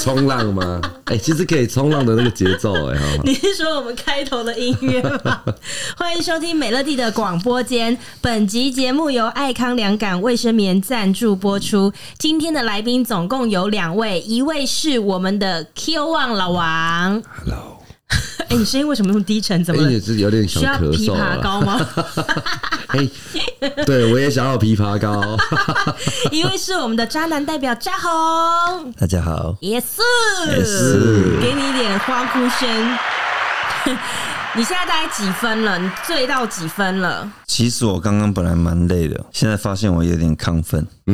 冲浪吗？哎、其实可以冲浪的那个节奏、哎，好好你是说我们开头的音乐吗？欢迎收听美乐蒂的广播间。本集节目由爱康良感卫生棉赞助播出。今天的来宾总共有两位，一位是我们的 Q 望老王。 ，Hello， 哎、你声音为什么那么低沉？怎哎、么了也？是有点想需要咳枇嗽啊杷了。膏吗？ 哎、对我也想要枇杷 膏。一位是我们的渣男代表扎红，大家好，也是，也是给你一点欢呼声。 你现在大概几分了？你醉到几分了？其实我刚刚本来蛮累的，现在发现我有点亢奋。你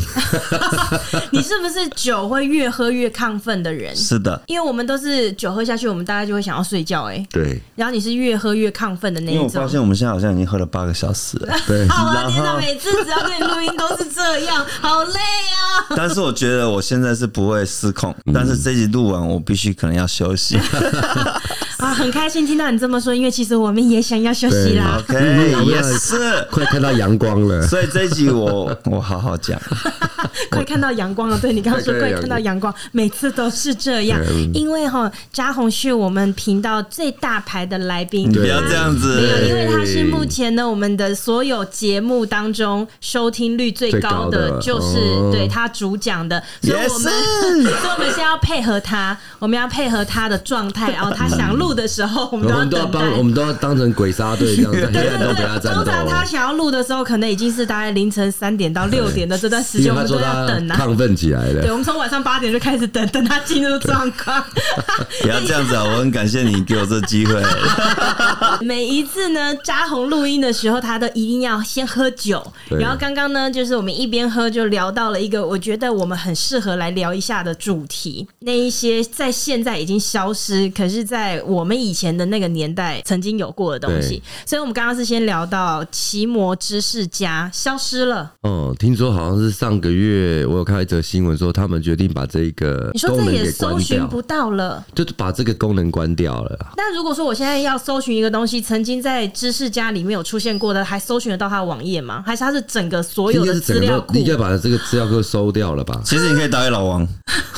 是不是酒会越喝越亢奋的人？是的，因为我们都是酒喝下去，我们大概就会想要睡觉哎、欸对然后你是越喝越亢奋的那因为一我发种。现我们现在好像已经喝了八个小时了，对，好啊，然后天哪！每次只要跟你录音都是这样，好累啊！但是我觉得我现在是不会失控，嗯但是这一集录完我必须可能要 休息。啊，很开心听到你这么说，因为其实我们也想要休息对啦。 OK，嗯好也那是，快看到阳光了。所以这一 集我我好好讲， 快看到阳光了，对你刚刚说快快看到看到阳光，每次都是这样，因为哈扎红是我们频道最大牌的来宾，你对不要这样没有，因子。为他是目前呢我们的所有节目当中收听率最高最的，高的就是、哦对他主讲的，所以我们所以我们是要配合他，我们要配合他的状态， 然后他想录的时候，我们我都要们都要等待帮，。我们都要当成鬼杀队这样子，黑对暗对中陪对，他哦战通斗。常他想要录的时候，可能已经是大概凌晨三点到六点的这段时间，因我为他们都说他要等啊。亢奋起来对，了，我们从晚上八点就开始等，等他进入状况。不要这样子啊！我很感谢你给我这机 会。每一次呢，扎红录音的时候，他都一定要先喝酒。对然后刚刚呢，就是我们一边喝就聊到了一个我觉得我们很适合来聊一下的主题，那一些在现在已经消失，可是在我们以前的那个年代曾经有过的东西对。所以我们刚刚是先聊到奇摩知识家消失了，哦，听说好像是上个月我有看到一则新闻说，他们决定把这个你说功这能也给搜关寻掉，不到了。就是把这个功能关掉了啊。那如果说我现在要搜寻一个东西，曾经在知识家里面有出现过的，还搜寻得到它的网页吗？还是它是整个所有应该的是资整个料都库应？该把这个资料库收掉了 吧？其实你可以打给老王，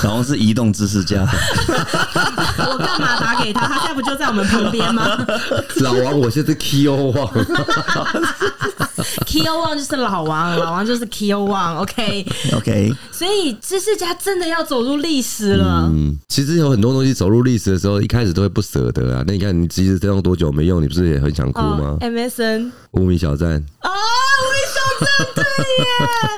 老王是移动知识家。我干嘛打给他？他现在不就在我们旁边 吗老王，我现在 K O 忘了， ？Kio One 就是老王，老王就是 Kio One，OK、 OK，所以知识家真的要走入历史了。嗯，其实有很多东西走入历史的时候，一开始都会不舍得啊。那你看，你即使这样多久没用，你不是也很想哭嗯吗哦？，MSN 无名小站， 哦，微笑真对耶，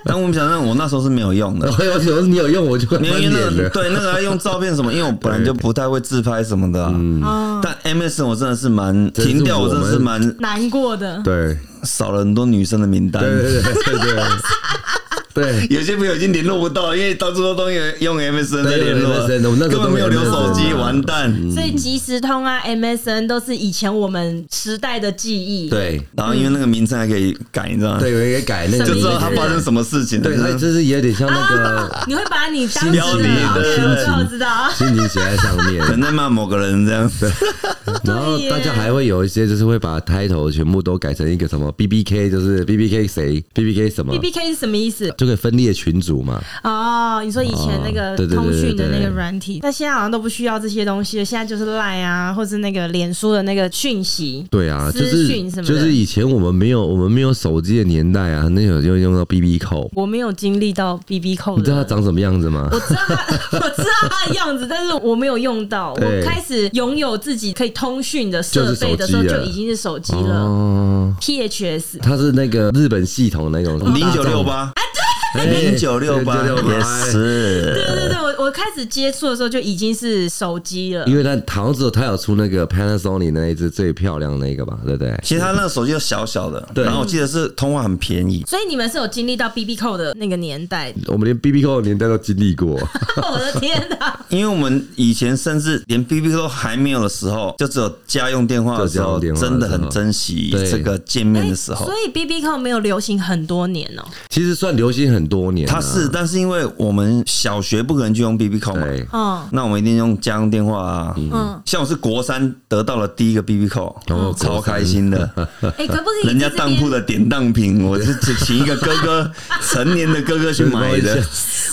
但我们想让我那时候是没有用的，哎呦，有你有用我就会没有翻因为脸那个了。对那个要用照片什么，因为我本来就不太会自拍什么的啊、哦，但 MS 我真的是蛮嗯真是停掉，我真的是我们蛮难过的。对少了很多女生的名单。对对对对对。对 有些朋友已经联络不到，因为当初都用用 MSN 在联络，啊对用 MSN 我们那时根候本都没没有有留手机， MSN 啊完蛋。所以即时通啊、MSN 都是以前我们时代的记忆。对然后因为那个名称还可以改，你知道吗？对，我也改那个，就知道它发生什嗯么事情了。对，就所是以就是有点像那个你会把你当时的标题对 OK，我知道，我知道啊。心情写在上面 可，能在骂某个人这样子。然后对耶大家还会有一些就是会把 title 全部都改成一个什么 B B K，就是 B B K 谁 B B K 什么 B。B K 是什么意思？就可以分裂群组嘛？哦，你说以前那哦个对对对通讯的对对那个软体，但现在好像都不需要这些东西了，现在就是赖啊，或是那个脸书的那个讯息。对啊，就私讯是什么就的是以前我们没有我们没有手机的年代啊，那有就用到 B B 扣，我没有经历到 B B 扣你知道它的。长什么样子吗？我知道它，我知道它的样子，但是我没有用到。对我开始拥有自己可以通讯的设备的时候，就是手机就了已经是手机了。哦， PHS 它是那个日本系统那哦种零九六八，哎零九六八也是。是。对对对，我我开始接触的时候就已经是手机了。因为它好像只有它有出那个 Panasonic 那一只最漂亮的那个吧，对不对？其实他那个手机就小小的，对然后我记得是通话很便宜，所以你们是有经历到 B B 扣的那个年代，我们连 B B 扣的年代都经历 过，我的天哪、因为我们以前甚至连 B B 都还没有的时候，就只有家用电话的时候，就家用电话的时候真的很珍惜对这个见面的时候哎所。以 B B 扣没有流行很多年哦、其实算流行很多年、啊，它是，但是因为我们小学不可能就用 BB 扣嘛，对，哦，那我们一定用家用电话啊。嗯，像我是国三得到了第一个 BB 扣哦，嗯超开 心的。哎，可不可以人家在这当边铺的典当品，我是只请一个哥 哥，成年的哥哥去买的。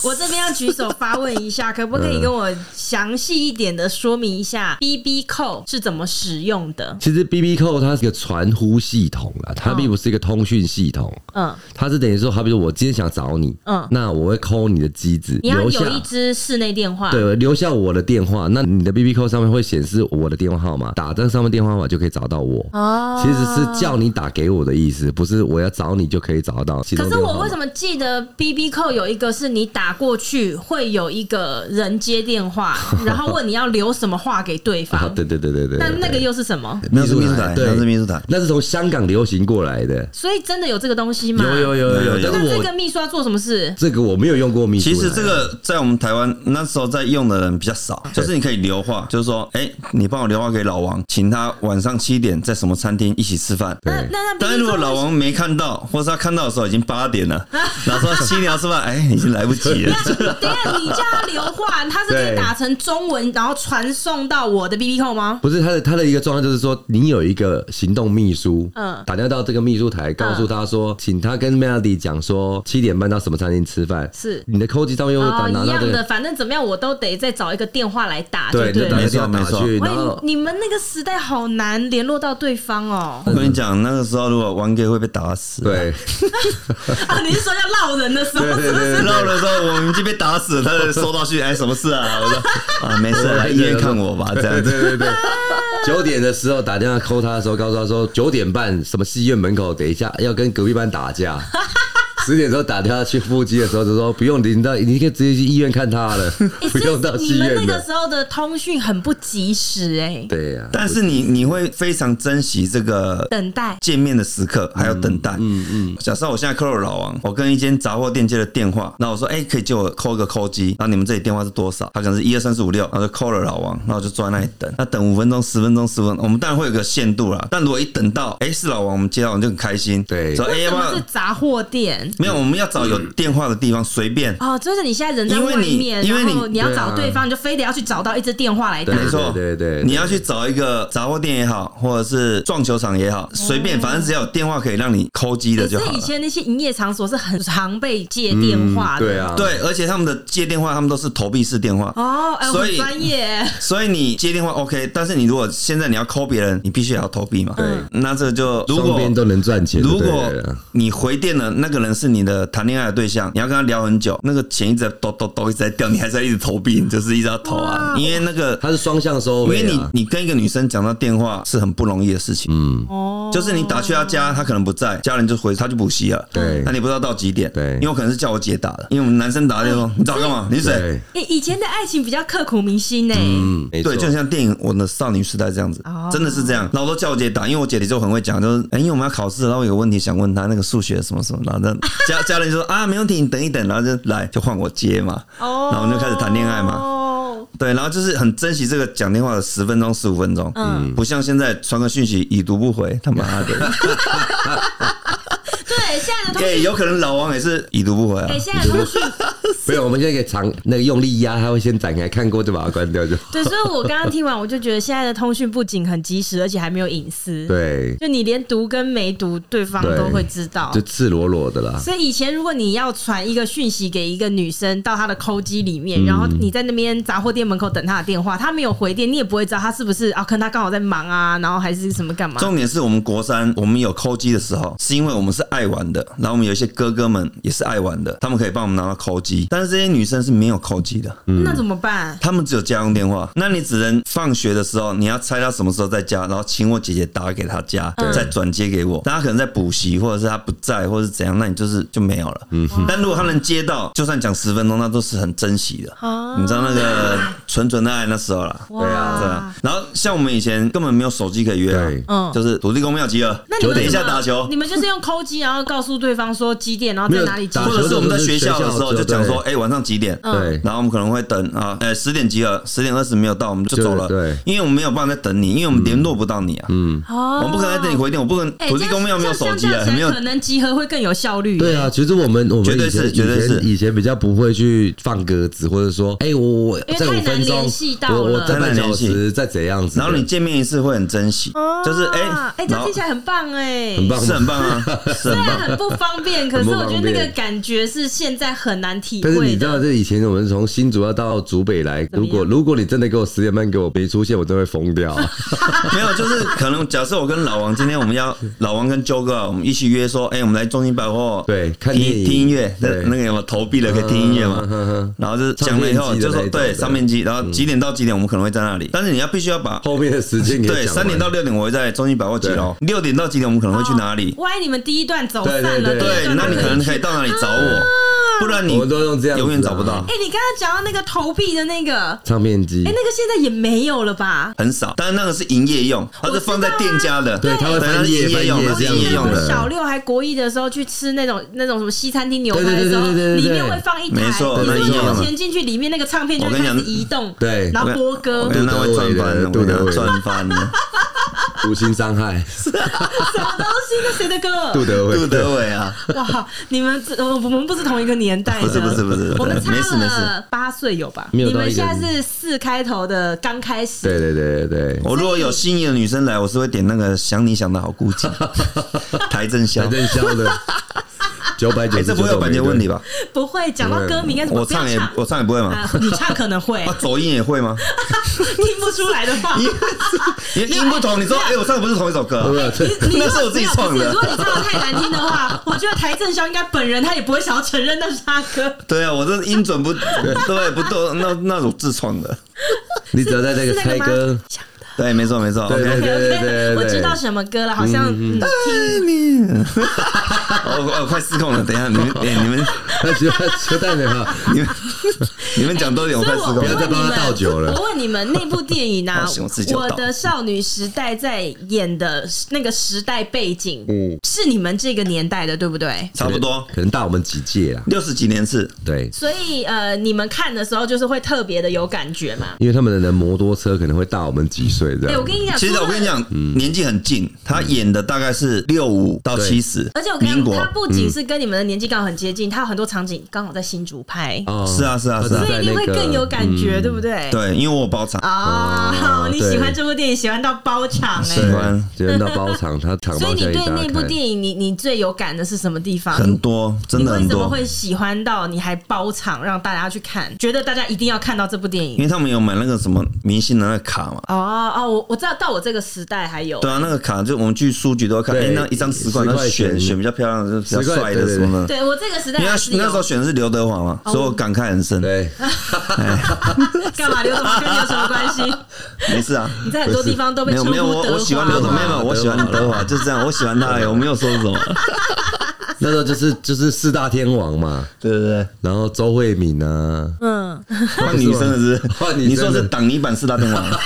我这边要举手发问一下，可不可以跟我详细一点的说明一下 BB 扣是怎么使用的？其实 B B 扣它是个传呼系统啦，它并不是一个通讯系统，嗯，它是等于说，好比说我今天想找你，嗯那我会扣你的机子，你要留有下一支室内电话，对，留下我的电话，那你的 B B Q 上面会显示我的电话号码，打这上面电话号码就可以找到我。哦其实是叫你打给我的意思，不是我要找你就可以找到其可中是电话号码。我为什么记得 B B 扣有一个是你打过去会有一个人接电话，然后问你要留什么话给对 啊？方？对对对对对，那对那个又是什么？那是秘书台，对那是秘书台。那是从香港流行过来的，所以真的有这个东西吗？有有有有有，有但那是这我个秘书要做什么事？这个我没有用过秘书其来。实这个在我们台湾那时候在用的人比较少，就是你可以留话，就是说，哎、你帮我留话给老王，请他晚上七点在什么餐厅一起吃饭。那对那那 BB 但是如果扣老王没看到，或是他看到的时候已经八 点了，然后说七点要吃饭，哎、已经来不及了。等一下，你叫他留话，他是可以对打成中文，然后传送到我的 B B 扣吗？不是他的他的一个状态，就是说你有一个行动秘书，嗯嗯，打电话到这个秘书台，告诉他说，请他跟 Melody 讲说七点半到什么餐厅吃饭。是你的扣机上面又打哦，拿一到样这的，个，反正怎么样，我都得再找一个电话来打，对，你对就打了个。电话没打错。去，喂然后，你们那个时代好难联络到对方哦我跟你讲，那个时候如果玩 gay 会被打死。对啊，你是说要闹人的时候对？对对对，闹的时候我们已经被打死了，他收到去，哎，什么事啊？我说啊，没事， 来医院看我吧，这样对子。对对对。九点的时候打电话扣他的时候，告诉他说九点半什么戏院门口，等一下要跟隔壁班打架。十点的时候打电话去腹肌的时候，就说不用，你到你可以直接去医院看他了，诶不用到所以你戏们那院个的。时候的通讯很不及时哎，对呀、但是你你会非常珍惜这个等待见面的时刻，还有等待。嗯嗯。假设我现在扣了老王，我跟一间杂货店接了电话，那我说，哎、可以借我扣个扣机，然后你们这里电话是多少？他可能是一二三四五六，然后就扣了老王，然后我就坐在那里等。那等五分钟、十分钟、十分钟，我们当然会有个限度啦。但如果一等到，哎、是老王，我们接到我们就很开心。对嗯说哎、为要什不么要是？杂货店？没有，我们要找有电话的地方，随嗯便。哦，就是你现在人在因为外你面，因为然你后你要对啊找对方，你就非得要去找到一支电话来打对。没错，对对对对你要去找一个杂货店也好，或者是撞球场也好，随嗯便，反正只要有电话可以让你扣机的可就好是了以。前那些营业场所是很常被借电话的，对啊，嗯对，而且他们的接电话，他们都是投币式电话，哦，哎，我所很以专 业，所以你接电话 OK，但是你如果现在你要扣别人，你必须也要投币嘛。对，嗯那这个就如双果边都能赚钱。如对果不对你回电了，那个人是你的谈恋爱的对象，你要跟他聊很久，那个钱一直在抖抖抖一直在掉，你还在一直投币，你就是一直要投啊，因为那个。它是双向收因为费你啊，你跟一个女生讲到电话是很不容易的事情，嗯，哦，就是你打去她家，她可能不在，家人就回她去补习了，对那你不知道到几点，对因为我可能是叫我姐打的，因为我们男生打的电嗯话，你找我干嘛？你是谁？对，以以前的爱情比较刻骨铭心欸呢。嗯，没错对，，就像电影《我的少女时代》这样子哦，真的是这样。然后我都叫我姐打，因为我姐姐就很会讲，就是、哎因为我们要考试，然后我有个问题想问她，那个数学什么什么，然 后呢家家人就说啊，没问题，你等一等，然后就来就换我接嘛，哦，然后我们就开始谈恋爱嘛哦，对，然后就是很珍惜这个讲电话的十分钟、十五分钟，嗯不像现在传个讯息已读不回，他妈 的，对，现在的通 哎，有可能老王也是已读不回啊哎，。现在的通 讯没有，我们现在可以长那个用力压，它会先展开，看过就把它关掉就好。对，所以我刚刚听完，我就觉得现在的通讯不仅很及时，而且还没有隐私。，对，就你连读跟没读，对方对都会知道就。赤裸裸的啦。所以以前如果你要传一个讯息给一个女生到她的扣机里嗯面，然后你在那边杂货店门口等她的电话，她没有回电，你也不会知道她是不是啊，可能她刚好在忙啊，然后还是什么干嘛？重点是我们国三，我们有扣机的时候，是因为我们是爱玩的，然后我们有一些哥哥们也是爱玩的，他们可以帮我们拿到扣机，但是这些女生是没有扣机的，那怎么办？他们只有家用电话，那你只能放学的时候，你要猜他什么时候在家，然后请我姐姐打给他家，嗯再转接给我。但他可能在补习，或者是他不在，或者是怎样，那你就是就没有了。嗯但如果他能接到，就算讲十分钟，那都是很珍惜的。啊你知道那个纯纯的爱那时候啦，哇对对啊。然后像我们以前根本没有手机可以约啊对，嗯就是土地公庙集合那，你九们点一怎下么打球你。们就是用扣机，然后告诉对方说几点，然后在哪里接没。有打或者是我们在学校的时候就讲们说，哎，晚上几嗯点？啊对然后我们可能会等啊，呃，十点集合，十点二十没有到，我们就走了。就对因为我们没有办法再等你，因为我们联络不到你啊。嗯，哦我们不可能再等你回电，我不可能哎土这地样公庙没有手机这样啊，这样没有可能集合会更有效率。对啊，，其实我们我们绝对以前是绝对以前是以前比较不会去放鸽子，或者说，哎、我我因为再太五难分钟联系，到我我了再半太难小联系时，再怎样子的，然后你见面一次会很珍惜，就是哎啊，哎，这然后听起来很棒哎，很棒吗是很 棒啊，是很虽然棒。很不方便，可是很不我方觉便得那个感觉是现在很难体但是会你知道，的。这以前我们从新竹要到竹北来，么如果样如果你真的给我十点半给我没出现，我真的会疯 掉。没有，就是可能假设我跟老王今天我们要老王跟啾哥啊，我们一起约说，哎、我们来中心百货对看电听影听音乐，那对嗯那个有没有投币的可以听音乐嘛？然后就是讲了以后唱片机的嗯就那说一种对对上面机，然后几点到几点我们可能会在那里，但是你要必须要把后面的时间给对讲完三点到六点我会在中心百货集楼，六点到几点我们可能会去哪里？万一你们第一段走散了，对对哦第对二对，段那你可能可以到哪里找我？不然你我们都用这样子啊永远找不到。哎，你刚刚讲到那个投币的那嗯个，唱片机哎，，那个现在也没有了吧？很少，但是那个是营业用，它是放在店家的，啊对它会翻它是页营业用，翻页它这是样营业子用的的。小六还国一的时候去吃那种那种什么西餐厅牛排的时候，对对对对对对里对面会放一台，没错你那如一果样往前进去，里面那个唱片就会我跟开你始讲移动，对然后播我歌跟，你讲那会赚翻的，杜我跟德伟的杜你德伟讲赚 翻的。无心伤 害，什么东西？那谁的杜歌？德 杜伟，德伟啊，哇，你们这我我们不是同一个年代的，不是不是不是我们没差事没事了八岁有吧？没有你到们一个现在是四开头的刚开始，对对对对对， 我如果有心仪的女生来，我是会点那个想你想的好 孤寂，邰正宵反。正销 的九百九哎，十九，这不会有版权问题？吧？不会讲到歌名，应该怎么我唱也不要唱我唱也不会嘛啊。你唱可能会啊，走音也会吗？听不出来的话。因为因为啊音不同，你说哎，我唱的不是同一首歌啊不，是，你你那是我自己创的没有不是如果你唱的太难听的话， 我觉得邰正宵应该本人他也不会想要承认那是他歌。对啊，我这音准不 对不对，那那是我自创的。 你只要在那个是猜吗歌， 对，没错没错。对对 OK，对对对我知道什么歌了，好像嗯听 我我快失控了，等一下你们哎你们他 觉得扯淡的 嘛，你们你们讲多一点，我快失控不要了。再帮他倒酒了我问你们，那部电影啊 好行我自，己就我倒的少女时代在演的那个时代背景，嗯是你们这个年代的，对不对？差不多可能大我们几届啦。六十几年次，对，所以呃，你们看的时候就是会特别的有感觉嘛。因为他们的摩托车可能会大我们几岁这对，哎我样。跟你讲，其实我跟你，讲，嗯年纪很近，他演的大概是六五到七十，而且我跟你讲，民国嗯他不仅是跟你们的年纪刚好很接近，他有很多场景刚好在新竹拍，哦是啊是啊是啊他所以在一定那会个更有感觉，对不对？嗯对，因为我有包场，啊，哦你对喜欢这部电影，喜欢到包场哎、喜欢就人到包场，他场所以包你下一对大那家部看。电影，你你最有感的是什么地方？很多真你的为很什么多会，喜欢到你还包场让大家去看？觉得大家一定要看到这部电因影？为他们有买那个什么明星的那个卡嘛。哦哦，我我知道，到我这个时代还有对啊，那个卡就我们去书局都会看，对哎，那一张十块， 10那块钱选选比较漂亮的、比较10块帅的对对什对么的。对我这个时代因为他还是有哦那时候选的是刘德华嘛，所以我感慨很 深。对，干嘛？刘德华跟你有什么关 系？没事啊，你在很多地方都被没有称呼没有，我德我喜欢刘德华华，嘛没有没有，我喜欢德华，就是这样，我喜欢他， 我没有说什么。那时候就是就是四大天王嘛，对对对，然后周慧敏啊，嗯，换女生的是不是， 换女生的你说是挡泥板四大天王，啊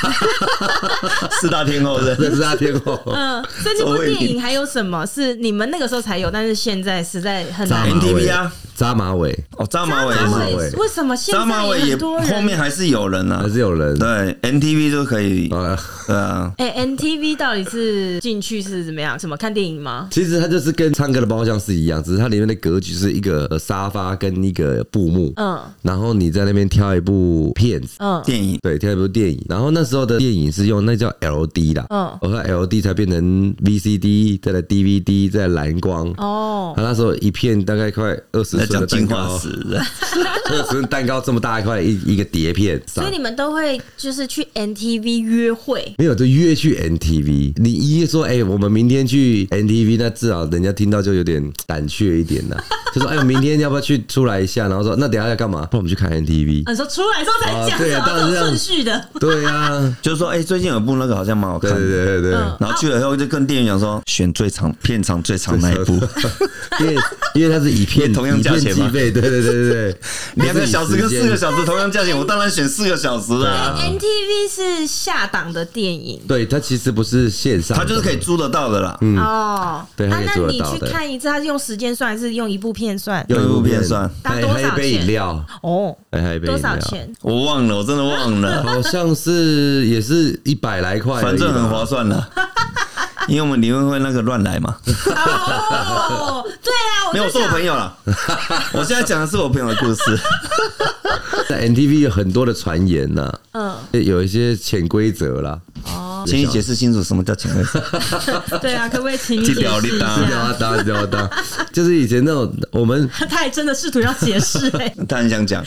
四大天后是不这是。四大天王，嗯，所以这部电影还有什么是你们那个时候才有，但是现在实在很哎扎马。难尾 NTV 啊，扎马尾哦，扎马尾也扎马是，尾为什么现扎马在尾也也很多人？后面还是有人啊还，是有人对，NTV 就可以，啊。对啊，哎、n t v 到底是进去是怎么样？什么看电影吗？其实它就是跟唱歌的包厢是一样，只是它里面的格局是一个呃沙发跟一个布幕，嗯然后你在那边挑一部片子，嗯，电影对，挑一部电影。然后那时候的电影是用那叫 LD 啦，嗯嗯，我看 LD 才变成 VCD，再来 DVD，再来蓝光。哦，他那时候一片大概快二十在寸讲的进蛋化糕，史， 二十寸蛋糕这么大一块一一个碟片，所以你们都会就是去 NTV 约会，没有就约去 NTV。你一说哎、我们明天去 NTV，那至少人家听到就有点胆怯一点了， 就说哎、明天要不要去出来一下？然后说那等一下要干嘛？不然我们去看 NTV 啊、。你说出来之后才啊讲，对什啊么当然这这种样顺序的。对啊，就是说，哎，最近有部那个好像蛮好对看的，对对对对。嗯然后去了以后就跟店员讲说，选最长片长最长那一部，因为因为它是以片 也同样价的钱计吗？费，对对对对对， 两个小时跟四个时。小时同样价钱，我当然选四个小时啊啦。 NTV 是下档的电影对，它其实不是线上的，它就是可以租得到的啦。嗯哦。对啊它可以那做得你到去的看一次，它是用时间算还是用一部片算？用一部用一部片片算还打多还少一杯钱饮料，哦，还还一杯饮多料少？钱？我忘了，我真的忘了，好像是也是一百来块而已吧，反正很划算啦。因为我们李文会那个乱来嘛，哦，对啊，我没有，就我是我想朋友啦。我现在讲的是我朋友的故事。在 NTV 有很多的传言呐、嗯，有一些潜规则啦，请你解释清楚什么叫潜规则。对啊，可不可以请你解这释条一你打是要下？当是要当，就是以前那种我们他他还真的试图要解 释哎、他很想讲，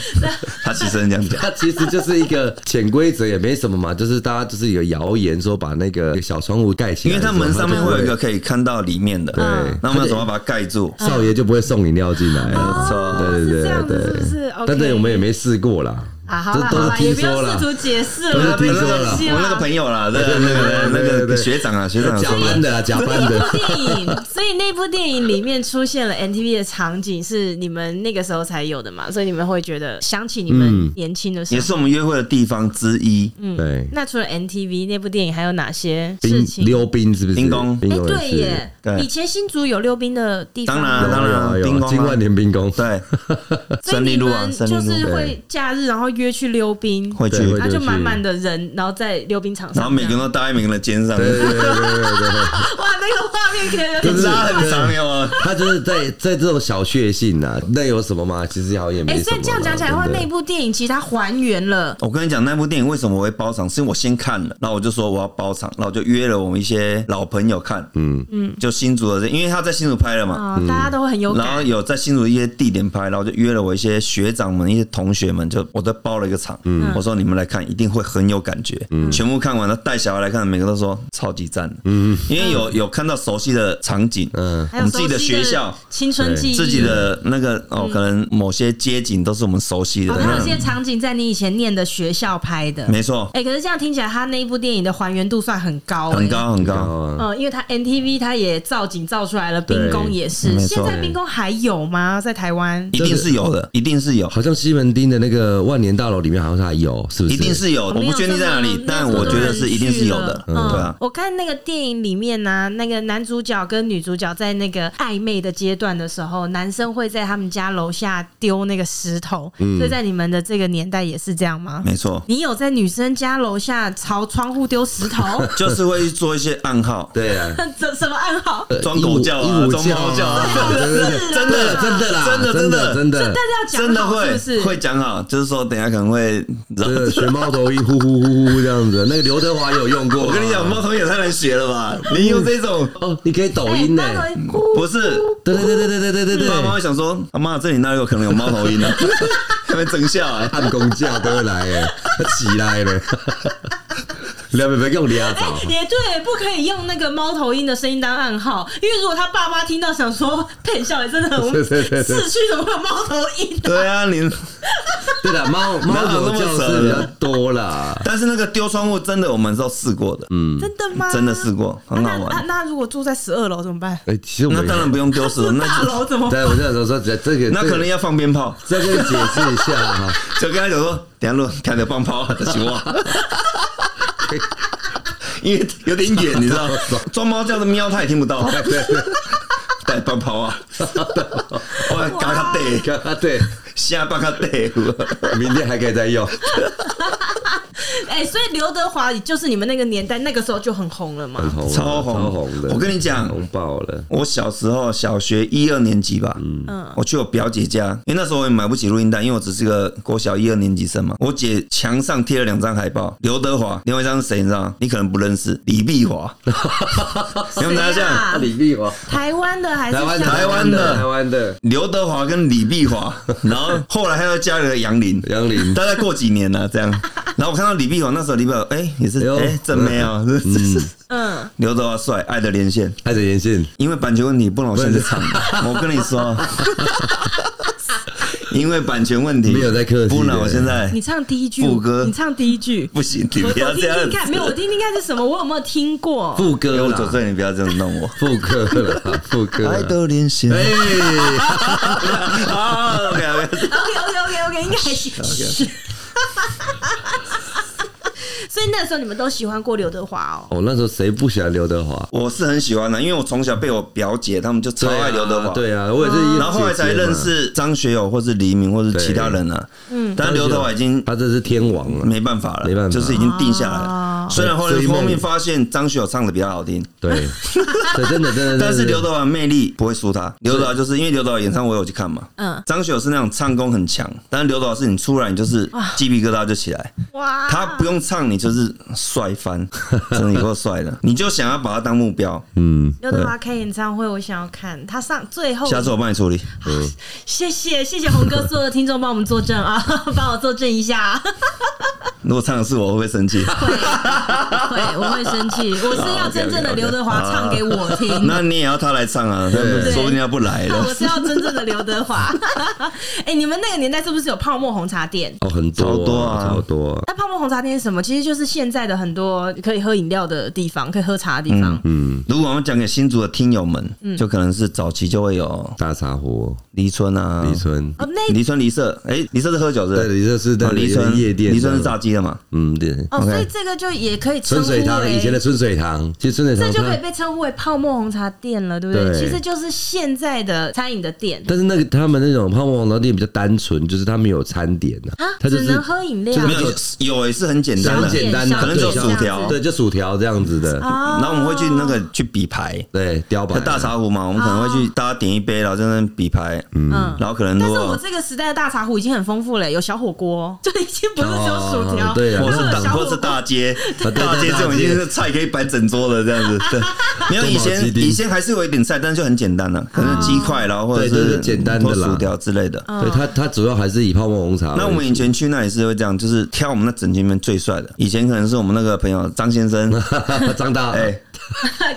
他其实很想讲。它其实就是一个潜规则，也没什么嘛，就是大家就是有谣言说把那个小窗户盖起因来的为时它候，门上面会有一个它可以看到里面的，嗯对啊那我们要怎么把它盖住？就会少爷就不会送饮料进来了。错，对嗯哦是这对样对子对，是不是？OK 但是我们也没试过啦，啊，好这啦好都啦，是也听不用说试啦。图解释都是了，听没说啦关系我那啦。个朋友啦，那个那个那个学长啊，学长假说班 的，的啊，假班那的部电影，所以那部电影里面出现了 NTV 的场景，是你们那个时候才有的嘛？所以你们会觉得想起你嗯们年轻的时也候。是我们约会的地方之一。对，那除了 NTV 那部电影，还有哪些嗯事冰情？溜冰是不是？冰宫冰哎、宫对也是耶对，以前新竹有溜冰的地方当吗，然啊有啊有啊有啊冰宫啊金万年冰宫， 对，所以胜你利路啊，们胜就利是路会假日然后约去溜冰，会对去会，然后就去满满的人，然后在溜冰场上这然后样，每个人都搭在每个人的肩上，对对对对对对。哇，那个画面可能有就点是拉很长有啊。他就是在在这种小确幸呐、那有什么吗？其实好像也没哎、什么嘛。所以这样讲起来的话，对不那对部电影其实它还原了。我跟你讲，那部电影为什么我会包场，是因为我先看了，然后我就说我要包场，然后我就约了我们一些老朋友看，嗯嗯，就新竹的人，因为他在新竹拍了嘛，啊、大家都会很有嗯然后感，有在新竹一些地点拍，然后就约了我一些学长们、一些同学们，就我都包了一个场。嗯，我说你们来看，一定会很有感觉。嗯，全部看完了，带小孩来看，每个都说超级赞。嗯，因为有有看到熟悉的场景，嗯，我还有们自己熟的悉学校。青春记忆，自己的那个哦，可能某些街景都是我们熟悉的嗯哦，，它有些那场景在你以前念的学校拍的。没错，哎、可是这样听起来，它那一部电影的还原度算很高、很哎高很然后高。啊嗯，因为它 NTV 它也造景造出来了，对冰宫也是。没现错在冰宫还有吗？在台湾一？定是有的，一定是有，好像西门町的那个万年大楼里面好像还有，是不是？一定是有。我我没有不确定在哪这里么，但我觉得是一定是有的，没这么对多人去了啊嗯，。我看那个电影里面呢、那个男主角跟女主角在那个暧昧的阶段的时候，男生会在他们家楼下丢那个石头，所以在你们的这个年代也是这样嗯吗？嗯没错，你有在女生家楼下朝窗户丢石 头？就是会做一些暗 号，对啊，这什么暗号？ 装狗叫鹦鹉啊，鹦鹉装叫猫叫啊啊，对对对对真的真的啦， 真的真真的真的。但是要讲真的好是会不是？哎会讲好，就是说等一下可能会。真的学猫头鹰呼呼呼呼这样子，那个刘德华也有用过。啊 我哎跟你讲，猫头鹰也太难学了吧？你用这种哦，你可以抖哎音呢、欸猫头鹰咕不是，对对对对对对对对爸妈会对，想说，啊妈，这里哪有可能有猫头鹰啊？ 还没整下来，按工价都会来哎、他起来 了，两边别用俩找。啊 也对，不可以用那个猫头鹰的声音当暗号，因为如果他爸妈听到，想说骗小孩真的很对对对对市区怎么会有猫头鹰？对啊，你对啦，猫猫狗叫是比较多啦。但是那个丢窗户真的我们都试过的，嗯，真的吗？真的试过，啊。很那好那玩。那如果住在十二楼怎么办？哎、其实我那们当然不用丢石头，那大就楼怎么办？ 对，我这样说，这这个那可能要放鞭炮，这个解释一下 哈，就跟他讲说，等一下路开的放 炮啊的情况。因为有点远，你知道，装猫叫的喵他也听不到，带放炮啊， 我嘎嘎对，啊对，下巴嘎对，明天还可以再用。哎、所以刘德华就是你们那个年代，那个时候就很红了嘛。红超红超红的。我跟你讲红爆了。我小时候小学一二年级吧，嗯，我去我表姐家，因为那时候我也买不起录音带，因为我只是个国小一二嗯年级生嘛。我姐墙上贴了两张海报，刘德华，另外一张是谁？你知道吗？你可能不认识，李碧 华。你们大家谁啊想，李碧华，台湾的还是台湾香港台湾的台湾的刘德华跟李 碧华，然后后来还又加了杨林，杨林，大概过几年了、这样。然后我看到李碧华那时候，李碧华哎、也是哎呦哎正妹哦，是嗯， 刘德华帅，爱的连线。爱着眼线，因为版权问题，不能我现在唱。我跟你说，因为版权问题没有在客气不能，的我现在你唱第一句，副歌你唱第一句，不行，你我我不要听这样听子。看，没有，我听听看是什么，我有没有听过？副给歌我左啦，醉，你不要这样弄我。副歌 啦，副歌爱啦。豆连线。 哎，啊，OK OK， OK OK OK OK，应该还行。是所以那时候你们都喜欢过刘德华哦。我那时候谁不喜欢刘德华？我是很喜欢的，因为我从小被我表姐他们就超对啊爱刘德华。对啊，我也是。然后后来才认，识张学友，或是黎明，或是其他人啊。嗯，但刘德华已经他这是天王啊了，没办法了，没办法就是已经定下来了哦。虽然后来追梦后面发现张学友唱的比较好听， 对，这真的真的。但是真的刘德华魅力不会输他。刘德华就是因为刘德华演唱会我有去看嘛，嗯嗯，张学友是那种唱功很强，但是刘德华是你出来你就是鸡皮疙瘩就起来，哇，他不用唱你就是帅翻， 真的有够帅的，你就想要把他当目标。刘德华开演唱会，我想要看他上最后。下次我帮你处理。谢谢谢谢红哥，所有的听众帮我们作证啊， 帮我作证一下、 啊。如果唱的是我，会不会生气？会会，我会生气。我是要真正的刘德华唱给我听。那你也要他来唱啊，那不对说不定他不来那 了我。是要真正的刘德华。 哎、你们那个年代是不是有泡沫红茶店？哦，很多超多啊超多。那泡沫红茶店是什么？其实就是现在的很多可以喝饮料的地方，可以喝茶的地方。嗯如果我们讲给新竹的听友们，就可能是早期就会有大茶壶，黎村啊，李春，哦，那黎村黎社，哎，黎社是喝酒是不对，是？李春是哦在黎村夜店，黎村是炸，鸡的嘛？嗯，对，哦， OK 所以这个就也可以称春呼水堂为以前的春水堂，其实春水这堂就可以它，被称呼为泡沫红茶店了，对不对？对其实就是现在的餐饮的店但是那个他们那种泡沫红茶店比较单纯，就是他没有餐点的啊，，他就只是能喝饮料就。是没有，有也是很简单很的，简单小的，点可能只有对小薯点条对，就薯条这样子的，啊然后我们会去那个去比牌。对，雕版大茶壶嘛，我们可能会去哦大家点一杯，然后在那边比牌，嗯嗯，然后可能但如是我啊果这个时代的大茶壶已经很丰富了，有小火锅，就已经不是只有薯条，哦对啊或然是后有大小火或是锅。大街，对大街这种已经是菜可以摆整桌了这样子。 对，没有以宫保鸡前丁以前还是有一点菜，但是就很简单了，可能鸡块然后或者啊对就是是简单的或啦啊薯条之类的。对他，他主要还是以泡沫红茶为主。那我们以前去那里是会这样，就是挑我们那整间里面最帅的。以前可能是我们那个朋友张先 生，张大，哎，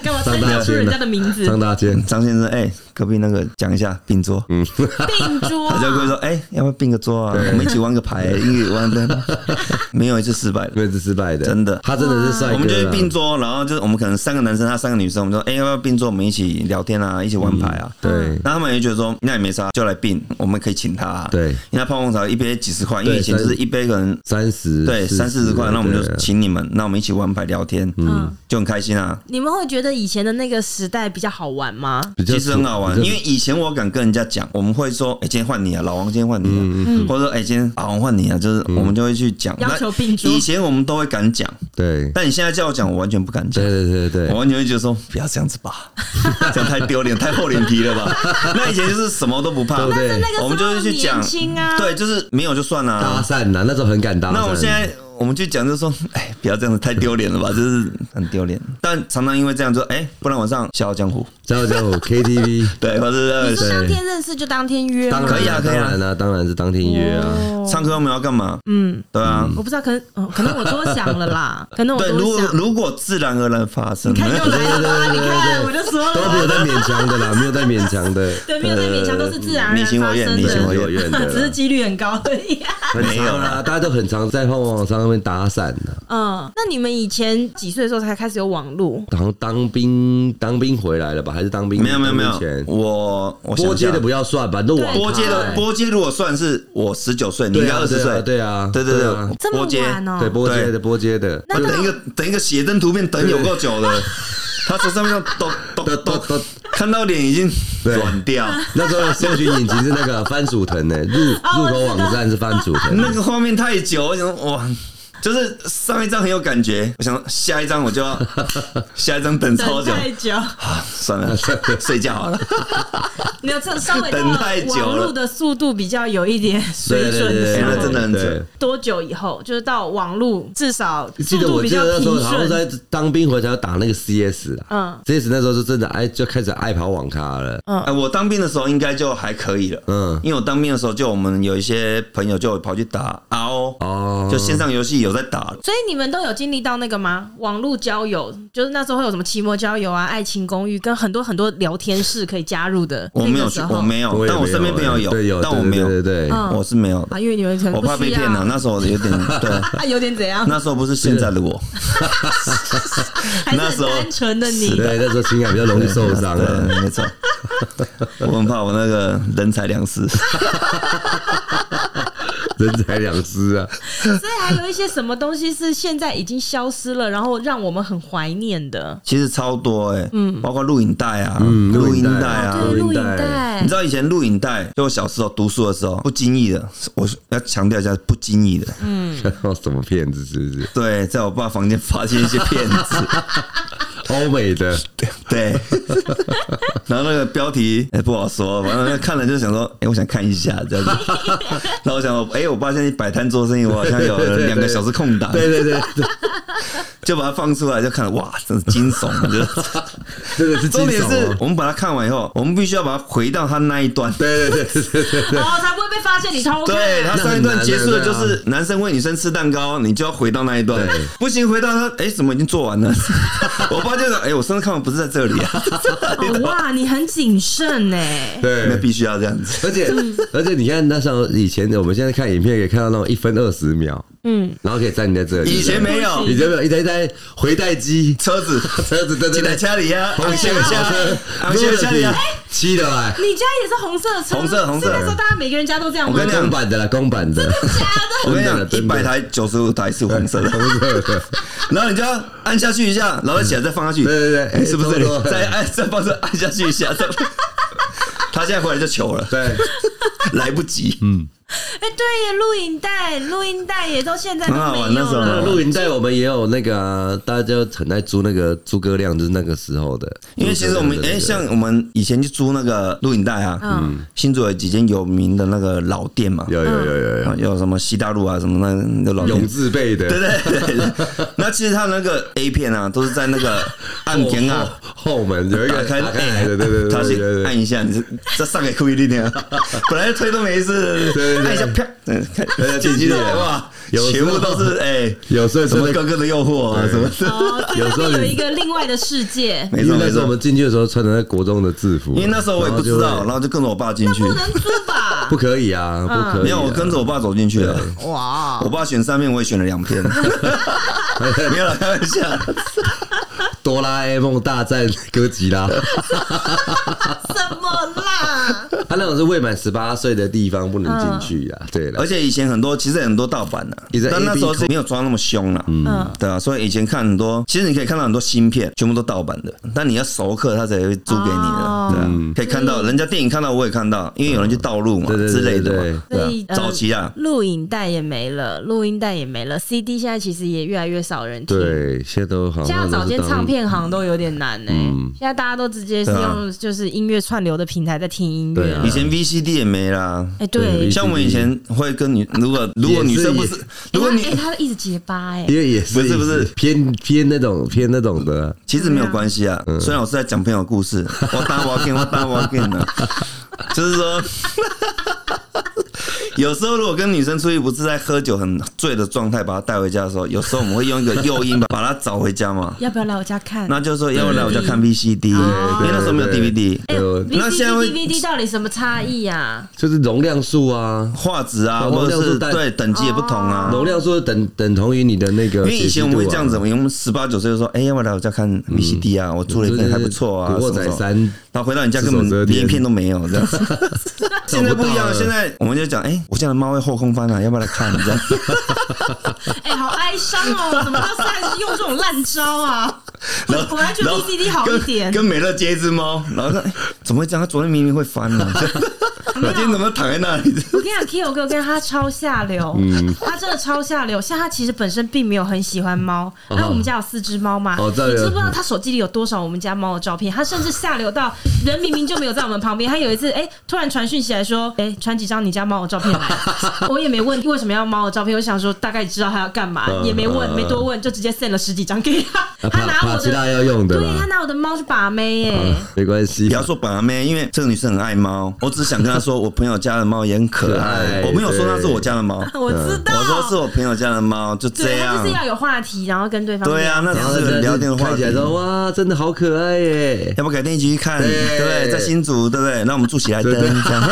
干嘛参加出人家的名字？张大千，张先生，哎，隔壁那个讲一下并桌，病 桌他啊，就会说，哎，要不要并个桌啊？我们一起玩个牌，一起 玩的，没有一次失败的因。为是失败的，真的他真的是帅哥啦。啊我们就会并桌，然后就是我们可能三个男生，他三个女生，我们说，哎、要不要并桌？我们一起聊天啊，一起玩牌啊。嗯对那他们也觉得说，那也没啥，就来并，我们可以请他、啊。对因为他泡红茶一杯几十块，因为对以前就是一杯可能三十，对三四十块，那我们就对啊请你们，那我们一起玩牌聊天，嗯，就很开心啊。你们会觉得以前的那个时代比较好玩吗？比较其实很好玩，比较因为以前我敢跟人家讲，我们会说，哎、今天换你啊，老王今天换你嗯啊，或者说，哎、今天老王换你啊，就是我们就会去讲。要求并桌那以前我们都会敢讲，对但你现在叫我讲，我完全不敢讲对。对对对，我完全会觉得说不要这样子吧， 这样太丢脸、太厚脸皮了吧？ 那以前就是什么都不怕，对不对但是那个时候我们就是去讲年轻啊，对，就是没有就算了、搭讪呐，那时候很敢搭讪。那我们现在我们去讲，就说哎，不要这样子，太丢脸了吧，就是很丢脸。但常常因为这样说，哎，不然晚上《笑傲江湖加油加油 KTV，》对，或者你说是呃当天认识就当天约吗哦当然 可以啊可当以啊然啊，当然是当天约啊。唱歌我们要干嘛？嗯，对啊。我不知道，可能、嗯可能我多想了 啦，可能我对，如多果想。如果自然而然发生，你看又来了，你看我就说哦都没了，有在勉强的 啦，没有在勉强的，对，没有在勉强，都是自然而然发生你你情情我我的，有愿愿的只是啦，几率很高而已、很没有常啦啦，大家都很常在泡沫网上面搭讪啊的。嗯，那你们以前几岁的时候才开始有网络？好像当兵，当兵回来了吧？还是当兵？没有没有没当有兵前，我我想波一下接的不要算吧，都网咖波接的欸波接，如果算是我十九岁，你应对该啊二十岁，对啊，对对对对啊，这么波嗯接晚哦、对波接的波接的，我等一个等一个写真图片等有够久了，他从上面咚都咚都咚，都，看到脸已经对软掉， 那时候搜寻引擎是那个番薯藤呢，欸入入口网站是番薯藤，那个画面太久，我想说哇。就是上一张很有感觉，我想下一张我就要下一张等超等久太久，啊，算了， 睡 觉好了。没有这稍微到等太久了网络的速度比较有一点水对对准对的对时哎候，那真的很对准。多久以后就是到网络至少记速得度我比记较得那时候平好像在顺？当兵回来才要打那个 CS 啦，嗯，CS 那时候是真的爱就开始爱跑网咖了，哎，我当兵的时候应该就还可以了，嗯因为我当兵的时候就我们有一些朋友就跑去打 RO，哦，就线上游戏有在打。所以你们都有经历到那个吗？网络交友，就是那时候会有什么期末交友啊、爱情公寓，跟很多很多聊天室可以加入的。我没有去那，个时候我没有，也但我没身边朋友对有，但我对没有，对对对对，嗯我是没有的，啊，因为你们可能我怕不需被要骗了。那时候我有点 对，啊，有点怎样？那时候不是现在的我， 还是那很时候单纯的你对，那时候情感比较容易受伤啊。 对，没错。我很怕我那个人财两失，人财两失啊，所以还有一些什么东西是现在已经消失了，然后让我们很怀念的。其实超多哎，嗯，包括录影带啊，嗯录音录影带带啊啊，对录录影影带带你知道以前录影带，就我小时候读书的时候，不经意的，我要强调一下，不经意的，嗯 看到哦什么骗子是不是？对，在我爸房间发现一些骗 子，欧美的，对，然后那个标题哎、不好说，反正看了就想说，哎、我想看一下这 样子，然后我想，哎、我爸现在摆摊做生意，我好像 有了两个小时空档，对对对，对就把它放出来，就看了，哇，真是惊 悚，我觉得。真的是惊重点悚是哦。我们把它看完以后，我们必须要把它回到它那一段。对对对对对对， 哦，才不会被发现你偷看。对他上一段结束的就那很难啊是男生喂女生吃蛋糕，你就要回到那一段对，不行回到他，哎、怎么已经做 完了？我爸就说，哎、我上次看完不是在这里啊，哦哇，你很谨慎 呢。那对。必须要这样子。而且嗯而且，你看那时候以前的，我们现在看影片可以看到那种一分二十秒，嗯，然后可以站你在这里。以前没有以前没有一台一台回带机，车子，车子在进这来里，家里啊哎呀，红线下小车，红线家里啊呀。七的哎，你家也是红色的车，红色红色是那时候大家每个人家都这样吗？我跟你讲公版的啦，公版的，我跟 你真的讲，真一的百台九十五台是 红色的，然后你就要按下去一下，然后再起来再放下去，对对对哎是不差不是这里？多再按再放这按下去一下，再 他现在回来就糗了，对，来不及。哎，对耶，录影带，录音带也都现在都很好玩没有那时候了。录影带我们也有那个啊，大家就很爱租那个诸葛亮，就是那个时候的。因为其实我们对对哎、对像我们以前去租那个录影带啊，嗯，新竹有几间有名的那个老店嘛，有有有有啊有什么西大路啊，什么那那老有店永，字辈的，对对对对。 那其实他那个 A 片啊，都是在那个暗间啊。后后门有一打个开哎打开来的，哦对对对，他对是对按一下，你是这上给故意的点， 本来推都没事，对对按一下啪，嗯，看对进去了哇，有时全部候都是哎，有时候什么真的哥哥的诱惑啊，对什么，哦，所以有那时候边有你一个另外的世 界，没因错为没那时候我错。们进去的时候穿的那国中的制服，因为那时候我也不知然道，后就然会后就跟着我爸进去，不能租吧？不可以啊，不可以啊。没有，我跟着我爸走进去的。哇我，爸选三片，我也选了 两片。没有了，开玩笑。哆啦 A 梦大战哥吉拉，什么啦？ 他那种是未满十八岁的地方不能进去嗯啊。对了而，且以前很多，其实很多盗版的、也在但那时候是没有抓那么凶了、嗯，对啊，所以以前看很多，其实你可以看到很多芯片，全部都盗版的，但你要熟客他才会租给你的，哦对啊，可以看到人家电影看到，我也看到，因为有人去盗录嘛、嗯对对对之类的对嘛，所以对啊，呃早期啊，录影带也没了，录音带也没了，CD 现在其实也越来越少人听。对，现在都好现在像都找是间当唱片行都有点难呢、欸现在大家都直接是嗯对啊用就是音乐串流的平台在听音对乐。啊以前 VCD 也没啦。哎、对对，像我以前会跟女，如果如果女生不也是是，如果哎、你他一直结巴哎、因为也是不是不是偏偏那种偏那种的啊，其实没有关系啊，嗯虽然我是在讲朋友 故事，我打我 game，我打我 game 呢，就是说， 有时候如果跟女生出去，不是在喝酒很醉的状态把她带回家的时候，有时候我们会用一个诱因把把她找回 家嘛，要不要来我家看？那就是说要不然我就看 VCD，因为那时候没有对 DVD，哎、呃 v 那 c 现 d 在会 DVD 到底什么差异啊？就是容量数啊，画质啊，对或容者量是是带对等级也不同啊。容量数等等同于你的那个、因为以前我们会这样子，。我们十八九岁就说，哎，要不要来我家看 VCD 啊？我租了一片还不错啊，古惑仔什么什么三，然后回到你家根四手本遮连天一片都没有这样。现在不一样找不到了了，现在我们就讲，哎、我家的猫会后空翻了、啊要不要来看？这样哎、好哀伤哦，怎么到现在用这种烂招 啊？我我要觉得 VCD 好一点跟。跟美乐接一只猫，然后说、哎怎么会这样？它昨天明明会翻啊呢、那今天怎么躺在那里？我跟你讲，Kyo 哥跟他超下流，嗯他真的超下流。像他其实本身并没有很喜欢猫，然后我们家有四只猫嘛，嗯哦你这样知不知道他手机里有多少我们家猫的照片？他甚至下流到人明明就没有在我们旁边，他有一次哎、突然传讯息来说，哎、传几张你家猫的 照片来，我也没问为什么要猫的照片，我想说大概知道他要干嘛，嗯也没问，嗯没多问，就直接 send 了十几张给他，啊他怕拿怕我其他的。要用的嗯对啦，他啊拿我的猫去把妹耶、没关系不，要说把妹，因为这个女生很爱猫，我只想跟她说，说我朋友家的猫也很可可爱爱，我没有说它是我家的猫，我知道，我说是我朋友家的猫，就这对他样就是。要有话题，然后跟对方对啊，聊那然后只是聊天的话看起题来。说哇，真的好可爱耶！要不要改天一起去看？对对不对？在新竹，对不对？那我们住喜来登对对这样。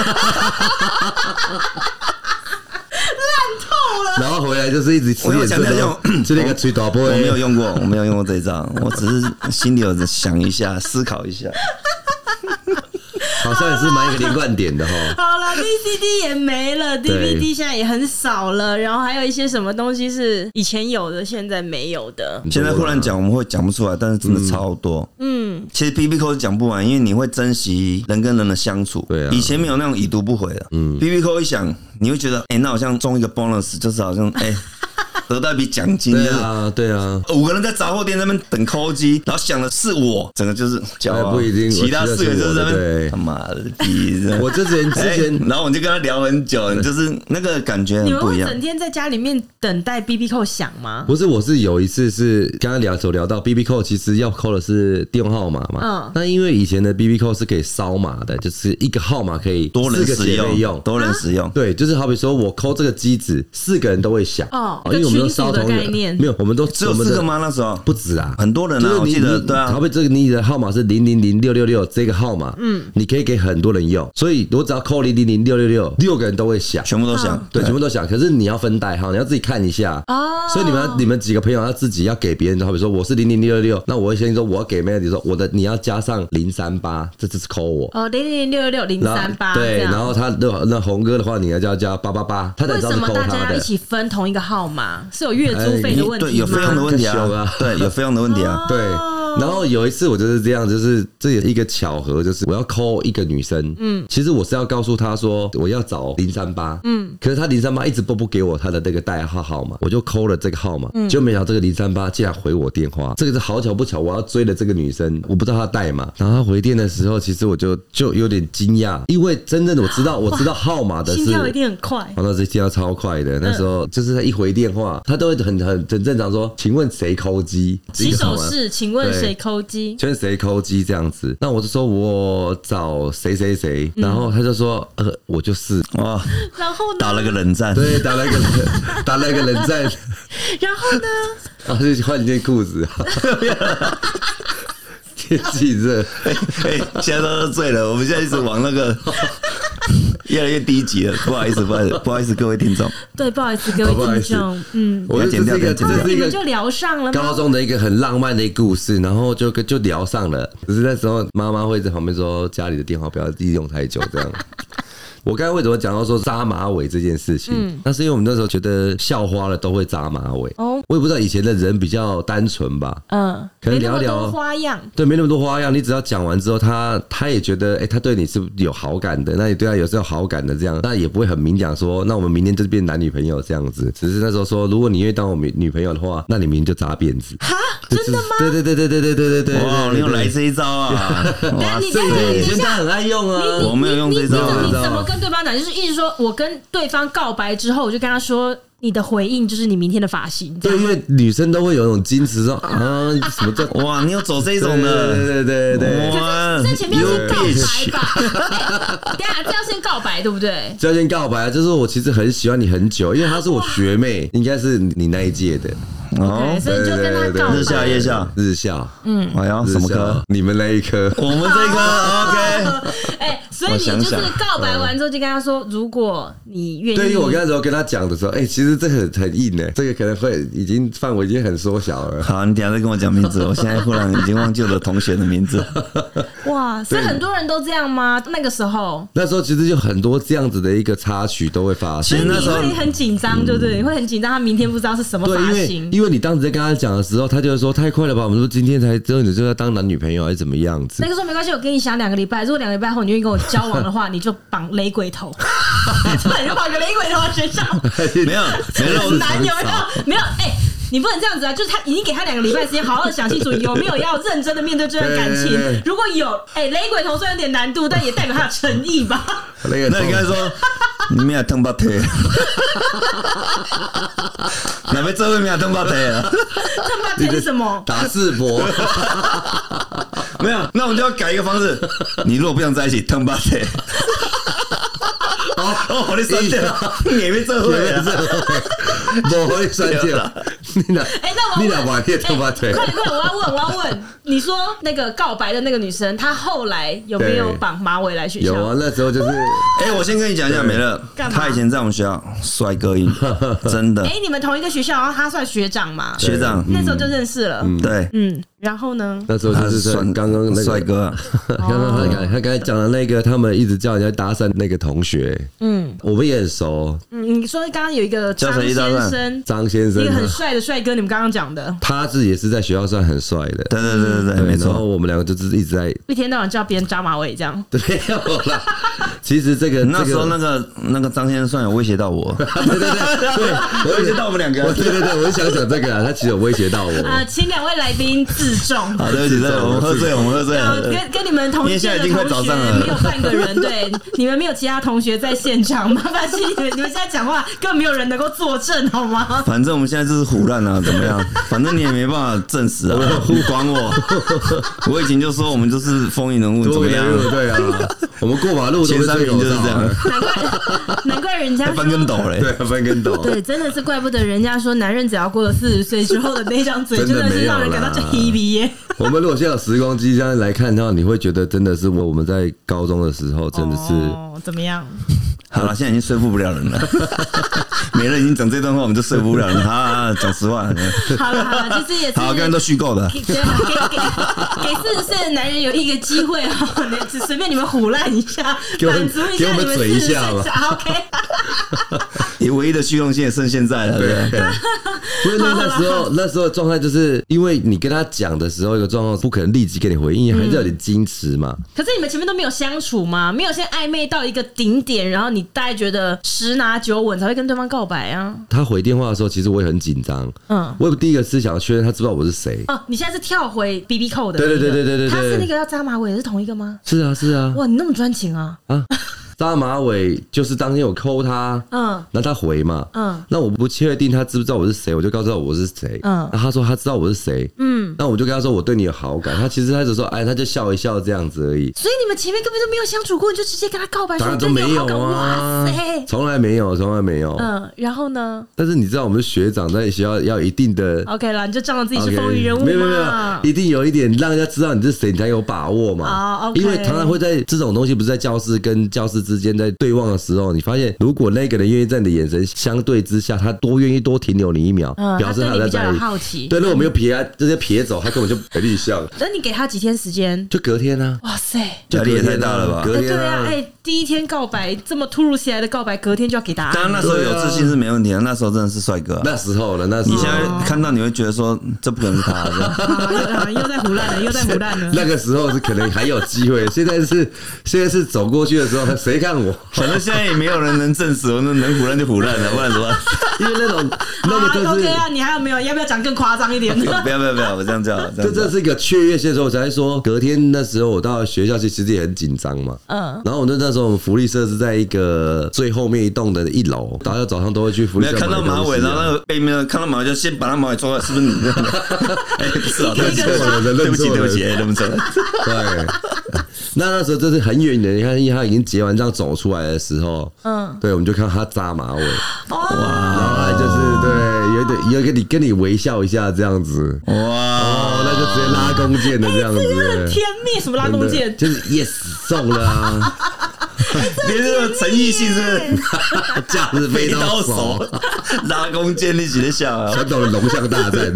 然后回来就是一直吃我有点讲那种吃，吃那个吹打波， 我没有用过，我没有用过这一招，我只是心里有着想一下，思 考一下。好像也是蛮一个连贯点的 哈。好了，VCD 也没了对，DVD 现在也很少了，然后还有一些什么东西是以前有的，现在没有的。现在忽然讲，我们会讲不出来，但是真的超多。嗯，其实 B B Q 讲不完，因为你会珍惜人跟人的相处。对啊以前没有那种已读不回的。嗯，B B Q 一想，你会觉得，哎、那好像中一个 bonus，就是好像哎、 得到一笔奖金，对就是啊，对啊，五个人在杂货店那边等抠机，然后想的是我，整个就是骄傲。哎不一定其他我觉得四个就是在那是我对边他妈的逼着。我之前之哎前然后我就跟他聊很久，就是那个感嗯觉你很们不会一样整。天在家里面等待 B B 扣响吗？不是，我是有一次是刚刚聊的时候聊到 B B 扣，其实要扣的是电话号码嘛。嗯那因为以前的 B B 扣是可以烧码的，就是一个号码可以多人四个使姐妹用，用。多人使啊用。对，就是好比说我扣这个机子，四个人都会响。哦因为我们一个都群烧组的同一个概念没有，我们都只有我们四的个吗？那时候不止啊，很多人啊，就是我你记得你对啊好。比这个你的号码是零零零六六六这个号码，嗯，你可以给很多人用，所以我只要扣零零零六六六，六个人都会响，全部都想，啊对，全部都响。可是你要分代号，你要自己看一下哦所以你们要你们几个朋友要自己要给别人，好比说我是零零六六六，那我会先说我要给 Melody 说我的你要加上零三八，这次是扣我。哦，零零零六六零然三后八对，这样。然后他那那红哥的话，你要加加八八八，他才为知道什是么扣大他哎家要一的。起分同一个号码？是有月租费的问题吗？对，有费用的问题太凶啊了，对，有费用的问题啊。对，哦然后有一次我就是这样，就是这也一个巧合，就是我要 call 一个女生，嗯，其实我是要告诉她说我要找零三八，嗯，可是她零三八一直不不给我她的那个代号号码，我就 call 了这个号码，嗯就没想到这个零三八竟然回我电话，这个是好巧不巧，我要追了这个女生，我不知道她的代码，然后她回电的时候，其实我就就有点惊讶，因为真正的我知道我知道号码的心是跳一定很快。黄老师听到超快嗯的，那时候就是他一回电话，他都会很很很正常说：“请问谁抠机？”洗手是。式，请问对谁抠机？就是谁抠机这样子，那我就说我找谁谁谁，嗯然后他就说呃我就是，哦哇， 然后打呢？了个冷战，对，打了一个打了一个冷 战，然后 呢？然后就换一件裤 子，天气热， 哎，现在都醉了，我们现在一直往那 个越来越低级了，不好意思，不好意思，不好意思，各位听众，对，不好意思，各位不好意听思众，嗯，我就这是一个剪掉这是你一们就个。聊上了高吗？中的一个很浪漫的一个故事，然后就跟就聊上了。只是那时候妈妈会在旁边说，家里的电话不要利用太久，这 样。我刚才为什么讲到说扎马尾这件事情？嗯那是因为我们那时候觉得校花了都会扎马尾，哦我也不知道以前的人比较单纯吧，嗯，可没能那聊么聊啊多花样。对，没那么多花样。你只要讲完之后，他他也觉得，哎、他对你是有好感的，那你对他有是有好感的，这样，那也不会很明讲说，那我们明天就变男女朋友这样子。只是那时候说，如果你愿意当我女女朋友的话，那你明天就扎辫子。哈，真的吗？对对对对对对对对对。哇，你又来这一招啊！哇你对，等对以一前他很爱用啊。我没有用这一你怎招么你知道啊，怎么跟对方讲？就是一直说我跟对方告白之后，我就跟他说，你的回应就是你明天的发型。这对，样因为女生都会有一种矜持，说啊什么叫哇，你有走这种的，对对对对对，哇，这前面要 you 先告白 bitch 吧？哎 等一下，这要先告白，对不对？就要先告白啊，就是我其实很喜欢你很久，因为她是我学妹，应该是你那一届的。哦对，，所以你就跟他告日下白。夜下，日校，嗯，哎呀，什么歌？？你们那一科。我们这个 OK， 哎，所以你我想就是想告白完之后就跟他说，如果你愿意，对于我那时候跟他讲的时候，哎、其实这很很硬哎、这个可能会已经范围已经很缩小了。好，你等一下再跟我讲名字，我现在忽然已经忘记我的同学的名字。哇，所以很多人都这样吗？那个时候，那时候其实就很多这样子的一个插曲都会发其生实。你那时候会很紧张，对不对？你会很紧张，他明天不知道是什么对，因发为型。因为你当时在跟他讲的时候，他就会说太快了吧，我们说今天才知道你就要当男女朋友还是怎么样子那。个时候没关系，我跟你想两个礼拜，如果两个礼拜后你愿意跟我交往 的话，你就绑雷鬼头， 对，就绑个雷鬼头在身上，没有，没有，很难有没有？没有，哎、你不能这样子啊！就是他已经给他两个礼拜时间，好好想清楚有没有要认真的面对这段感对对情对。如果有，哎、雷鬼头虽然有点难度，但也代表他的诚意吧。 那个那应该说你没有登巴腿，哪边这位没有登巴腿了？他妈这是什么？ 打字 博， 没有，那我们就要改一个方式。你如果不想在一起，登巴腿，哦哦，我的删掉了，你没这会 这啊？我会删掉。 你俩，哎、那我要你俩问把电他妈腿哎，快点快点，我要问，我要问，你说那个告白的那个女生，她后来有没有对绑马尾来学校？有啊，那时候 就是哎，我先跟你讲一下美乐，干嘛他以前在我们学 校帅哥一，真的哎、你们同一个学校，然后她算学长嘛？学长，那时候就认识了。嗯对，然后呢？那时候他就是是算刚刚那个帅哥啊， 刚刚他哦刚他刚才讲的那个，他们一直叫人家搭讪那个同学，嗯，我们也很熟，嗯，你说刚刚有一个张叫谁先一啊大段生，张先生一个啊，很帅的帅哥，你们刚刚讲的，他是也是在学校算很帅的，对对对嗯对对，对没然后错，我们两个就是一直在。一天到晚叫别人扎马尾这样 没有啦。其实这个那时候这那个个那个张先生算有威胁到我，对对对对，我 威胁 到我们两个我对对对，我就想讲这个啊，他其实有威胁到我。啊，请两位来宾自 重。好，对不起，对不起，我们喝醉了，我们喝醉呃了。跟跟你们同届的因为现在已经快同早学上了没有半个人， 对，你们没有其他同学在现场，麻烦请你们，你们现在讲话更没有人能够作证，好吗？反正我们现在就是胡乱啊，怎 么样？反正你也没办法证实啊，不管我。我以前就说我们就是风云人物，怎多么没样？有对啊，我们过马路都前会三追名口就是哨这样啊，，难怪难怪人家还说 翻跟斗嘞。 对，啊翻跟斗。对，真的是怪不得人家说男人只要过了四十岁之后的那张嘴，真真的的是没有让人感到啦这 T B 耶。我们如果现在有时光机这样来看的话，你会觉得真的是我我们在高中的时候真的是哦怎么样？好了，现在已经说服不了人了。 没人已经讲这段话，我们就说服不了人。好好，好讲实话， 好了好了，其实也是好，刚刚都虚构的。给给给四十岁的男人有一个机会哦，你只随便你们胡乱一下，给我们满足一给我下们你们嘴四一十岁下 吧啊 OK，你唯一的虚荣心也剩现在了，对不对？不是那那时 候那时候的状态，就是因为你跟他讲的时候，一个状况不可能立即给你回嗯应，还是有点矜持嘛。可是你们前面都没有相处吗？没有先暧昧到一个顶点，然后你大概觉得十拿九稳才会跟对方告白啊？他回电话的时候，其实我也很紧张，嗯嗯，我也第一个是想要确认他知不知道我是谁。哦，你现在是跳回 B B 扣的那对个，对对对对对对他是那个要扎马尾的是同一个吗？是啊，是啊，哇，你那么专情啊！啊，扎马尾就是当天我扣他，嗯那他回嘛，嗯嗯，那我不确定他知不知道我是谁，我就告诉他我是谁，嗯嗯，那他说他知道我是谁，嗯，那我就跟他说我对你有好感，他其实他只说哎，他就笑一笑这样子而已，所以你们前面根本就没有相处过，你就直接跟他告白当说然你都对没你有有好感，哇啊塞，！从来没有，从来没有，嗯，然后呢但是你知道我们学长在学校要有一定的。 ？OK 了，你就仗着自己 OK，是风云人物没有没有没嘛有，。一定有一点让人家知道你是谁，你才有把握嘛。哦，OK 因为常常会在这种东西，不是在教室跟教室之间在对望的时候，你发现如果那个人愿意在你的眼神相对之下，他多愿意多停留你一秒，嗯表示他对有在你比较在有意。好奇对，如果没有撇啊，直接撇走，他根本就没立项。那你给他几天时间？就隔天啊，哇塞！就 压力也隔天太大啊了吧隔对天啊，啊哎、，第一天告白这么突如其来的告白，隔天就要给答 当然案。那时候有自信是没问题的，啊那时候真的是帅哥啊。那时候了，那时你候现哦在看到你会觉得说，这不可能是他，是吧好了，又好啊了又在胡乱了，又在胡乱了。那个时候是可能还有机会，现在是现在是走过去的时候，谁看我？反正现在也没有人能证实，我能能胡乱就胡乱了，不然怎么办？因为那种那个 啊就，OK 是。啊，你还有没有？要不要讲更夸张 一 点的？不要不要不要，我这样叫，这这样叫这。是一个雀跃性的时候，我才说隔天那时候我到学校去，其实也很紧张嘛。嗯，然后我那那时候我们福利社是在一个最后面一栋的一楼，大家早上都会去福利没社有买看到马东尾，西然啊 后那个背面看到马尾就先把他马尾抓过来，是不是你？哎，不是啊，对不起，认错了对不起，认错了对不起，哎，认错了。对，那那时候真是很远的，你看，因为他已经结完账走出来的时候，嗯，对，我们就看到他扎马尾，啊哦，然后来就是对，有点有跟你跟你微笑一下这样子，哇，哦，那就直接拉弓箭的这样子，天灭什么拉弓真的箭？就是 yes 中了 啊，你这个诚意性 是不是架子飞飞刀刀手手。 拉弓箭，你起的笑啊！传统的龙象大 战，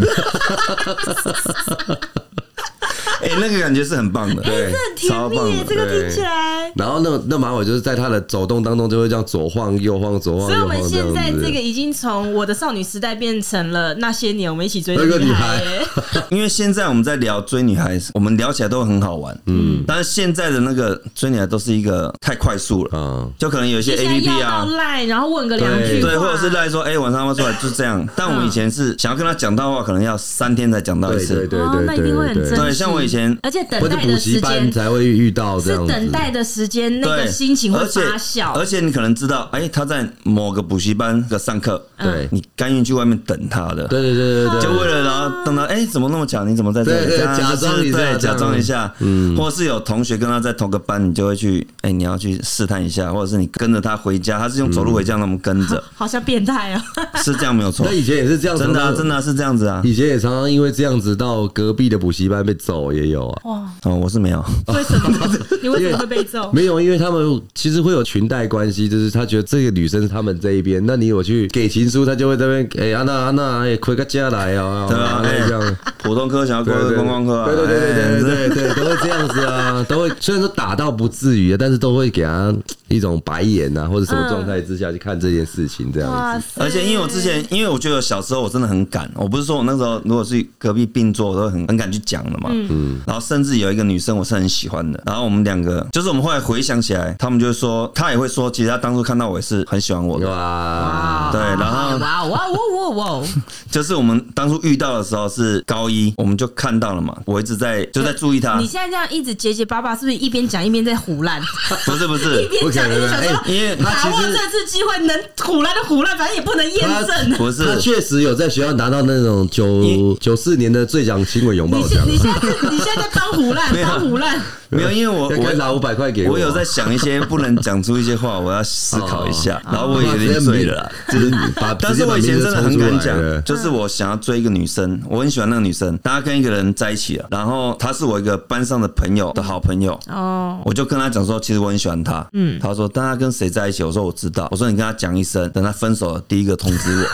哎，那个感觉是很棒的，对哎这很超甜棒蜜耶，的这。个对听起来。然后那那马尾就是在他的走动当中就会这样左晃右晃左晃所以我右晃们这现样在这个子。已经从我的少女时代变成了那些年我们一起追的那个女女孩孩 耶。因为现在我们在聊追女孩，我们聊起来都很好玩，嗯，但是现在的那个追女孩都是一个太快速了，嗯，就可能有一些就 A 现 P 在 P 要啊到，赖，然后问个两句对嗯话，对，或者是赖说，哎、晚上要不要出来？就这样。但我以前是想要跟他讲到话，可能要三天才讲到一对次。对对哦对那一定会对很对真对，对像我以前间，而且等或者待补的习时班间才会遇到这是样子。等待的时间，那个对，心情会而且发酵而。且你可能知道，哎，他在某个补习班的上课，嗯对你甘愿去外面等他的，对对对对就对，为了然后等到哎、怎么那么巧？你怎么在这里？对对这样假就是装一下对，这假样装一下，嗯，或是有同学跟他在同个班，你就会去，哎、你要去试探一下，或者是你跟着他回家，他是用走路回家，那我们跟着，好像变态哦， 是这样没有错嗯 那，以前也是这样，真的、啊、真的。的啊、是这样子啊，以前也常常因为这样子到隔壁的补习班被揍，也有啊。哦，我是没有，为什 么？你为什么会被揍？没有，因为他们其实会有裙带关系，就是他觉得这个女生是他们这一边，那你有去给情书，他就会在那边哎安娜安娜哎回个家来啊，对啊，哎、这样。 普通科想要过对对个观光科啊，对对对对哎对对对，都会这样子啊，都会虽然说打到不至于，但是都会给他一种白眼啊，或者什么状态之下去看这件事情这样子。塞 而且因为我之前，因为我觉得小时候我真的很敢，我不是说我那时候如果是隔壁并坐，我都很很敢去讲的嘛。嗯。然后甚至有一个女生我是很喜欢的，然后我们两个就是我们后来回想起来，他们就说，她也会说，其实她当初看到我也是很喜欢我的。哇，对， 然后哇哦哇哦哇哦哇 哦！就是我们当初遇到的时候是高一，我们就看到了嘛，我一直在就在注意她你，现在这样一直结结巴巴，是不是一边讲一边在胡乱？不是不呃 一是，边讲一边想哎说，因为他把其握实这次机会，能胡乱就胡乱，反正也不能验证。不是他确实有在学校拿到那种九九四年的最奖亲吻拥你抱现奖，你现在是你现在在帮胡乱， 没有帮胡乱。没有，因为我应该拿我五百块给我有在想一些不能讲出一些话，我要思考一下，然后我有点醉了啦。哦啊就是把，但是我以前真的很敢讲，就就是我想要追一个女生，我很喜欢那个女生，大家跟一个人在一起了，然后她是我一个班上的朋友的好朋友。哦，我就跟她讲说，其实我很喜欢她。嗯，她说，但她跟谁在一起？我说我知道。我说你跟她讲一声，等她分手了第一个通知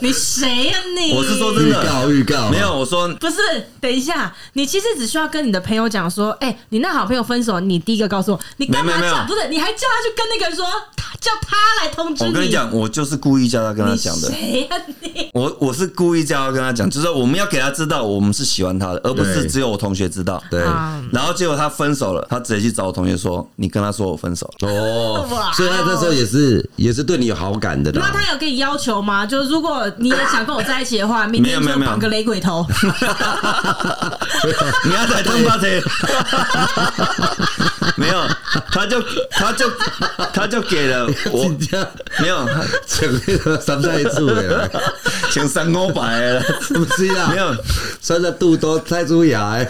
你谁呀你？我。我是说真预的，告预 告没有。我说不是，等一下，你其实只需要跟你的朋友讲说，哎、你那好朋友分手，你第一个告诉我，你干嘛没有没有叫？不是，你还叫他去跟那个人说，他叫他来通知我跟你讲，我就是故意叫她跟她你讲的。谁呀你？我我是故意叫她跟她讲，就是我们要给她知道我们是喜欢她的，而不对是只有我同学知道。对啊然后结果她分手了，她直接去找我同学说：“你跟她说我分手了。”哦哇，所以他那时候也是也是对你有好感的啦。那他有跟你要求吗？就是如果你也想跟我在一起的话，明没天有就没有没有绑个雷鬼 头。你要在当巴 车，没有，他就他就他就给了我请假没有讲那个三代醋的啦，请三五百了，不是啦，没有，酸的肚都塞出牙欸，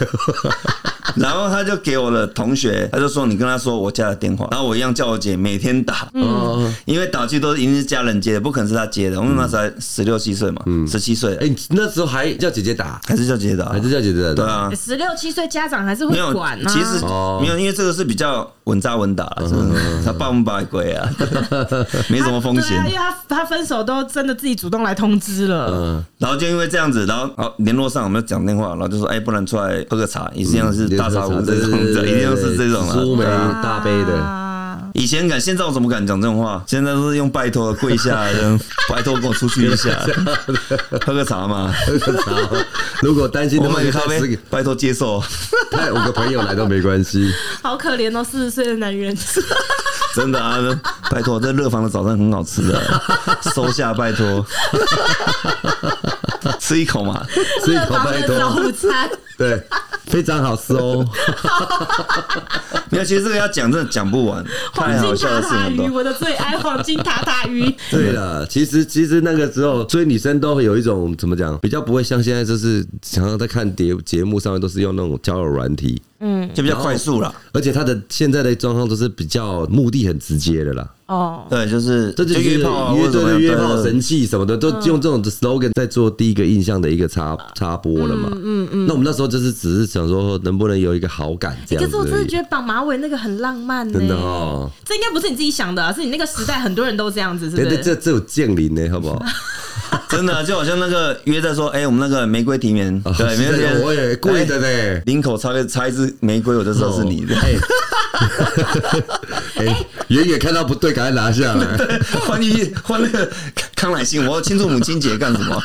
然后他就给我的同学，他就说你跟他说我家的电话，然后我一样叫我姐每天打，嗯哦，因为打去都一定是家人接的，不可能是他接的，我们那时候才十六七岁嘛，十七岁嗯哎，你那时候还叫姐姐打，还是叫姐姐打，还是叫姐姐打？对啊，十六七岁家长还是没会有管，啊。 其实哦嗯没有，因为这个是比较稳扎稳打，真的，他爸不把鬼 啊，没什么风对险啊，因。为他他分手都真的自己主动来通知了。嗯，然后就因为这样子，然后好联络上，我们就讲电话，然后就说，哎，不然出来喝个茶，一样嗯是大茶壶这种，的，一定是这种苏梅啊。大杯的。啊，以前敢，现在我怎么敢讲这种话？现在都是用拜托、跪下，这样 拜托跟我出去一下， 喝个茶嘛，如果担心我的话，买你个咖带十啡个，拜托接受，带五个朋友来都没关系。好可怜哦，四十岁的男人。真的啊， 拜托，这乐坊的早餐很好吃的， 收下拜托， 吃一口嘛。所以乐口坊拜 的早托，餐，对，非常好吃哦。没有，其实这个要讲，真的讲不完，太黄好金笑塔的事情塔很鱼，多。我的最爱黄金塔塔 鱼。对了，其实其实那个时候追女生都会有一种怎么讲，比较不会像现在就是常常在看节节目上面都是用那种交友软体，就比较快速啦。而且他的现在的状况都是比较目的很直接的啦，哦，对，就是这就就是约炮啊，约或者对怎么对样约炮神器什么的，都嗯用这种 slogan 在做第一个印象的一个插插播了嘛。嗯嗯。那我们那时候就是只是想说，哦能不能有一个好感这可样哎是子我而已。真的觉得绑马尾那个很浪漫呢、真的哦，这应该不是你自己想的、啊，是你那个时代很多人都这样子，是对不对，是？这这有剑灵呢，好不哦好？真的啊就好像那个约在说，哎，我们那个玫瑰提棉，对，没有哦这个我也贵的，哎呢。领口插个插一支玫瑰，我就知道是你的。 哎，远远看到不对，赶快拿下来。 换一换那个康乃馨，我要庆祝母亲节干什么？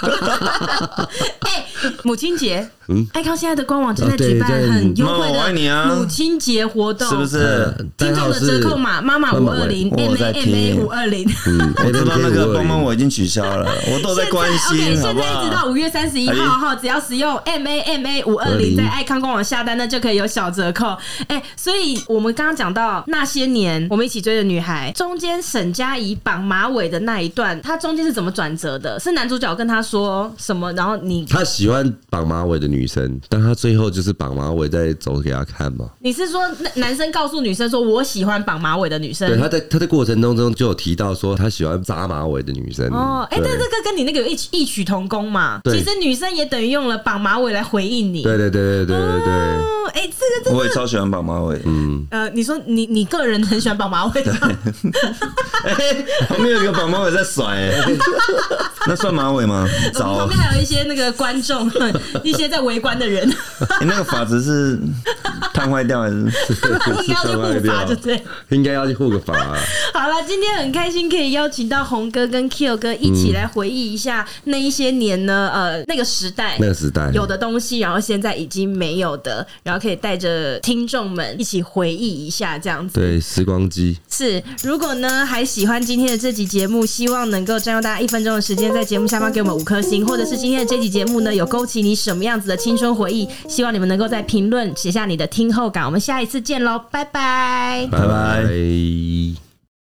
哎、母亲节，爱康现在的官网正在啊嗯对嗯举办在很优惠妈妈我爱你啊的母亲节活动，是不？是？ 嗯听众的折扣码妈妈五二零我，M 在 A M A 听五二零。嗯哎我知道那个帮帮我我已经取消了，我都有在关心，啊现在哦 OK，现好不在一直到好？五月三十一哎号哈，只要使用 M A M A 五二零在爱康官网下单，那就可以有小折扣。哎、所以我们刚刚讲到那些年我们一起追的女孩，中间沈佳宜绑马尾的那一段，她中间是怎么转折的？是男主角跟她说什么，然后你他喜欢绑马尾的女生，但他最后就是绑马尾再走给他看嘛。你是说那男生告诉女生说我喜欢绑马尾的女生？对，他在他在过程当中就有提到说他喜欢扎马尾的女生。哦，哎、对但这个跟你那个有异曲异曲同工嘛。对其实女生也等于用了绑马尾来回应你。对对对对对对对。哦，哎、这个真我也超喜欢绑马尾，嗯 呃，你说你你个人很喜欢绑马尾吗？哎，旁边有一个绑马尾在甩， 哎那算马尾 我吗？们旁糟边，还有一些那个观 众，一些在围观的人，你那个发质是烫坏掉还是？ 应该要去护发，就对。应该要去护个啊发、好了，今天很开心可以邀请到红哥跟 Q 哥一起来回忆一下那一些年呢，呃，那个时代，那个时代有的东西，然后现在已经没有的，然后可以带着听众们一起回忆一下，这样子。对，时光机。是，如果呢还喜欢今天的这集节目，希望能够占用大家一分钟的时间，在节目下方给我们五颗星，或者是今天的这集节目呢有勾起你什么样子的青春回忆，希望你们能够在评论写下你的听后感。我们下一次见喽，拜拜。拜拜。